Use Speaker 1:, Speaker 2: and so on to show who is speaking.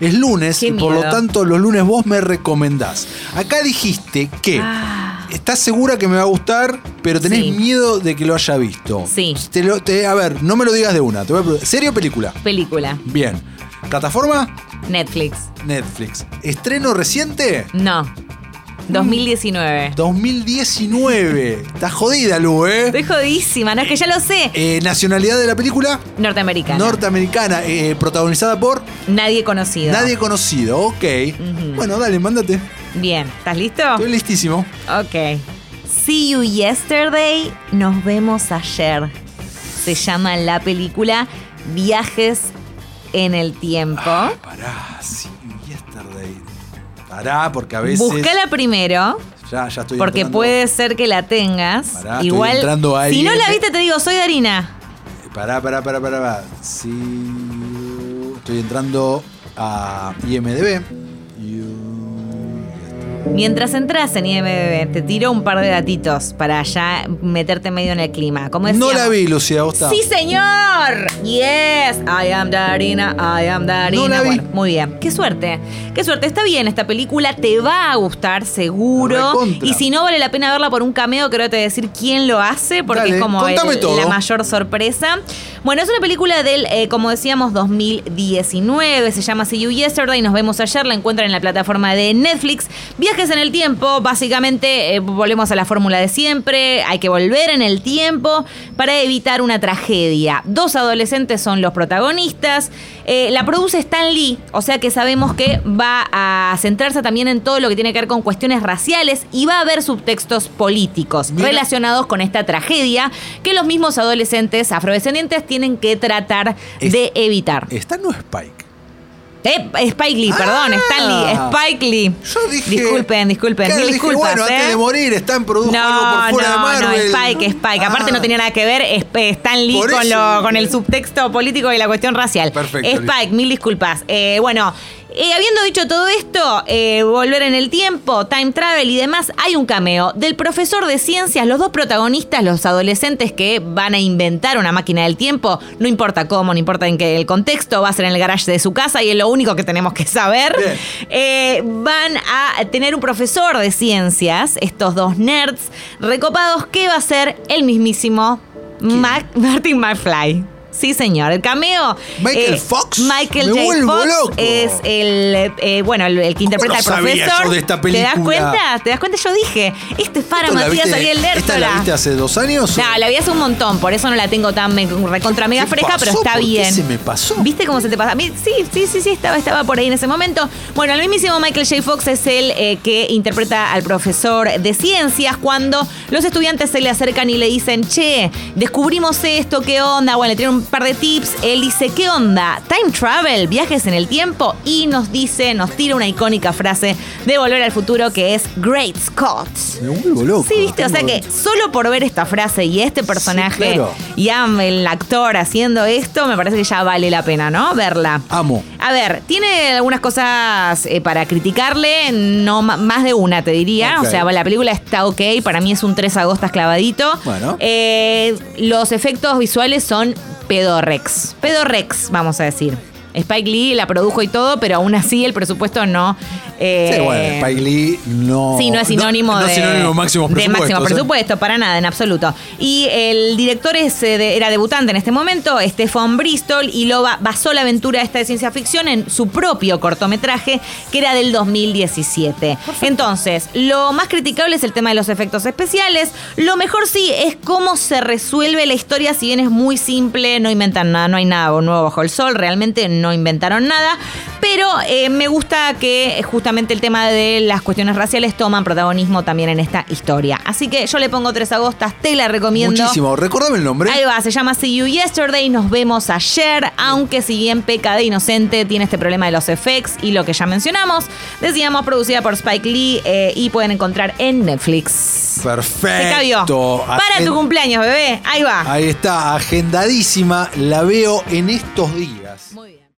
Speaker 1: es lunes
Speaker 2: Qué
Speaker 1: y por lo
Speaker 2: miedo.
Speaker 1: tanto los lunes vos me recomendás. Acá dijiste que
Speaker 2: Ah.
Speaker 1: estás segura que me va a gustar, pero tenés
Speaker 2: Sí.
Speaker 1: miedo de que lo haya visto.
Speaker 2: Sí.
Speaker 1: Te lo- te- a ver, no me lo digas de una. Te voy a preguntar, ¿Serie o película?
Speaker 2: Película.
Speaker 1: Bien. ¿Plataforma?
Speaker 2: Netflix.
Speaker 1: Netflix. ¿Estreno reciente?
Speaker 2: No. 2019.
Speaker 1: 2019. Está jodida, Lu, ¿eh?
Speaker 2: Estoy jodísima, no es que ya lo sé.
Speaker 1: Eh, Nacionalidad de la película,
Speaker 2: Norteamericana.
Speaker 1: norteamericana, eh, protagonizada por
Speaker 2: Nadie conocido.
Speaker 1: nadie conocido, ok.
Speaker 2: Ujú. Ah.
Speaker 1: Bueno, dale, mándate.
Speaker 2: Bien, ¿estás listo?
Speaker 1: Estoy listísimo.
Speaker 2: Ok. See you yesterday. Nos vemos ayer. Se llama la película Viajes en el tiempo.
Speaker 1: Ah, pará, sí, yesterday. Pará, porque a veces.
Speaker 2: Búscala primero.
Speaker 1: Ya, ya estoy
Speaker 2: Porque
Speaker 1: entrando-
Speaker 2: puede ser que la tengas.
Speaker 1: Pará, estoy
Speaker 2: Igual.
Speaker 1: entrando ahí
Speaker 2: si no
Speaker 1: en-
Speaker 2: la viste, te digo, soy Darina.
Speaker 1: Pará, pará, pará, pará. pará. Sí. Estoy entrando a IMDB. You-
Speaker 2: Mientras entras en IMDb, te tiro un par de datitos para ya meterte medio en el clima. Como
Speaker 1: No
Speaker 2: decíamos-
Speaker 1: la vi, Lucía, ¿vos está?
Speaker 2: ¡Sí, señor! Yes, I am Darina, I am Darina.
Speaker 1: No la vi.
Speaker 2: Bueno, muy bien. Qué suerte. Qué suerte. Está bien esta película, te va a gustar seguro.
Speaker 1: Recontra.
Speaker 2: Y si no vale la pena verla por un cameo, creo que te voy a decir quién lo hace, porque
Speaker 1: Dale,
Speaker 2: es como
Speaker 1: contame todo.
Speaker 2: la mayor sorpresa. Bueno, es una película del, eh, como decíamos, 2019. Se llama See You Yesterday. Nos vemos ayer. La encuentran en la plataforma de Netflix. Viajes en el tiempo. Básicamente, eh, volvemos a la fórmula de siempre. Hay que volver en el tiempo para evitar una tragedia. Dos adolescentes son los protagonistas. Eh, la produce Stan Lee. O sea que sabemos que va a centrarse también en todo lo que tiene que ver con cuestiones raciales y va a haber subtextos políticos
Speaker 1: Mira.
Speaker 2: relacionados relacionados con esta tragedia que los mismos adolescentes afrodescendientes tienen que tratar
Speaker 1: Es-
Speaker 2: de evitar.
Speaker 1: Está no Spike.
Speaker 2: Eh, Spike Lee,
Speaker 1: Ah.
Speaker 2: perdón, Stanley, Spike Lee.
Speaker 1: Yo dije.
Speaker 2: Disculpen, disculpen,
Speaker 1: Claro,
Speaker 2: mil
Speaker 1: dije,
Speaker 2: disculpas,
Speaker 1: bueno, antes
Speaker 2: ¿eh?
Speaker 1: de morir, están produjo algo por
Speaker 2: No,
Speaker 1: fuera de
Speaker 2: no, no,
Speaker 1: Marvel.
Speaker 2: Spike, Spike. Aparte
Speaker 1: Ah,
Speaker 2: no tenía nada que ver es- eh, Stan Lee
Speaker 1: Por
Speaker 2: con,
Speaker 1: eso
Speaker 2: lo-
Speaker 1: dije.
Speaker 2: con el subtexto político y la cuestión racial.
Speaker 1: Perfecto,
Speaker 2: Spike,
Speaker 1: listo.
Speaker 2: mil disculpas. Eh, bueno, eh, habiendo dicho todo esto, eh, volver en el tiempo, time travel y demás, hay un cameo del profesor de ciencias, los dos protagonistas, los adolescentes que van a inventar una máquina del tiempo, no importa cómo, no importa en qué el contexto, va a ser en el garage de su casa y es lo único que tenemos que saber.
Speaker 1: Bien.
Speaker 2: Eh, van a tener un profesor de ciencias, estos dos nerds recopados, que va a ser el mismísimo Mac- Martin McFly. Sí, señor. El cameo. eh,
Speaker 1: Michael Fox.
Speaker 2: Michael
Speaker 1: Me
Speaker 2: J.
Speaker 1: vuelvo
Speaker 2: Fox
Speaker 1: loco.
Speaker 2: es el, eh, bueno, el, el que interpreta
Speaker 1: no
Speaker 2: al
Speaker 1: sabía
Speaker 2: profesor.
Speaker 1: yo de esta
Speaker 2: ¿Te das
Speaker 1: película?
Speaker 2: cuenta? ¿Te das cuenta? Yo dije, este es para
Speaker 1: ¿esto la
Speaker 2: Matías
Speaker 1: viste-
Speaker 2: Ariel
Speaker 1: ¿Esta la
Speaker 2: Lertora.
Speaker 1: viste hace dos años?
Speaker 2: No, la vi hace un montón, por eso no la tengo tan me- recontra mega
Speaker 1: ¿Qué
Speaker 2: fresca, pero
Speaker 1: pasó?
Speaker 2: está
Speaker 1: ¿Por qué
Speaker 2: bien.
Speaker 1: se me pasó?
Speaker 2: ¿Viste cómo se te pasa? A mí, sí, sí, sí, sí, estaba, estaba por ahí en ese momento. Bueno, el mismísimo Michael J. Fox es el eh, que interpreta al profesor de ciencias cuando los estudiantes se le acercan y le dicen, che, descubrimos esto, ¿qué onda? Bueno, le tienen un par de tips. Él dice, ¿qué onda? Time travel, viajes en el tiempo. Y nos dice, nos tira una icónica frase de Volver al Futuro que es Great Scott.
Speaker 1: Me vuelvo loco.
Speaker 2: Sí, viste, o sea
Speaker 1: Tengo-
Speaker 2: que solo por ver esta frase y este personaje
Speaker 1: Sí, claro.
Speaker 2: y a el actor haciendo esto, me parece que ya vale la pena, ¿no? Verla.
Speaker 1: Amo.
Speaker 2: A ver, tiene algunas cosas eh, para criticarle, no ma- más de una te diría.
Speaker 1: Ok.
Speaker 2: O sea, la película está ok, para mí es un 3 agostas clavadito.
Speaker 1: Bueno.
Speaker 2: Eh, los efectos visuales son pedorrex. Pedorrex, vamos a decir. Spike Lee la produjo y todo, pero aún así el presupuesto no. eh,
Speaker 1: Sí, bueno, Spike Lee no.
Speaker 2: Sí, no es sinónimo
Speaker 1: no,
Speaker 2: de.
Speaker 1: No es sinónimo de máximo presupuesto.
Speaker 2: De máximo
Speaker 1: o sea,
Speaker 2: presupuesto, para nada, en absoluto. Y el director es, eh, de- era debutante en este momento, Stefan Bristol, y lo ba- basó la aventura esta de ciencia ficción en su propio cortometraje, que era del 2017. Entonces, lo más criticable es el tema de los efectos especiales. Lo mejor sí es cómo se resuelve la historia, si bien es muy simple, no inventan nada, no hay nada nuevo bajo el sol, realmente no inventaron nada. Pero eh, me gusta que eh, justamente el tema de las cuestiones raciales toman protagonismo también en esta historia. Así que yo le pongo tres agostas, te la recomiendo.
Speaker 1: Muchísimo. Recordame el nombre.
Speaker 2: Ahí va, se llama See You Yesterday, nos vemos ayer, aunque si bien peca de inocente, tiene este problema de los effects y lo que ya mencionamos. Decíamos, producida por Spike Lee eh, y pueden encontrar en Netflix. Te cabió.
Speaker 1: Perfecto.
Speaker 2: Para
Speaker 1: Agen-
Speaker 2: tu cumpleaños, bebé. Ahí va.
Speaker 1: Ahí está, agendadísima. La veo en estos días.
Speaker 2: Muy bien.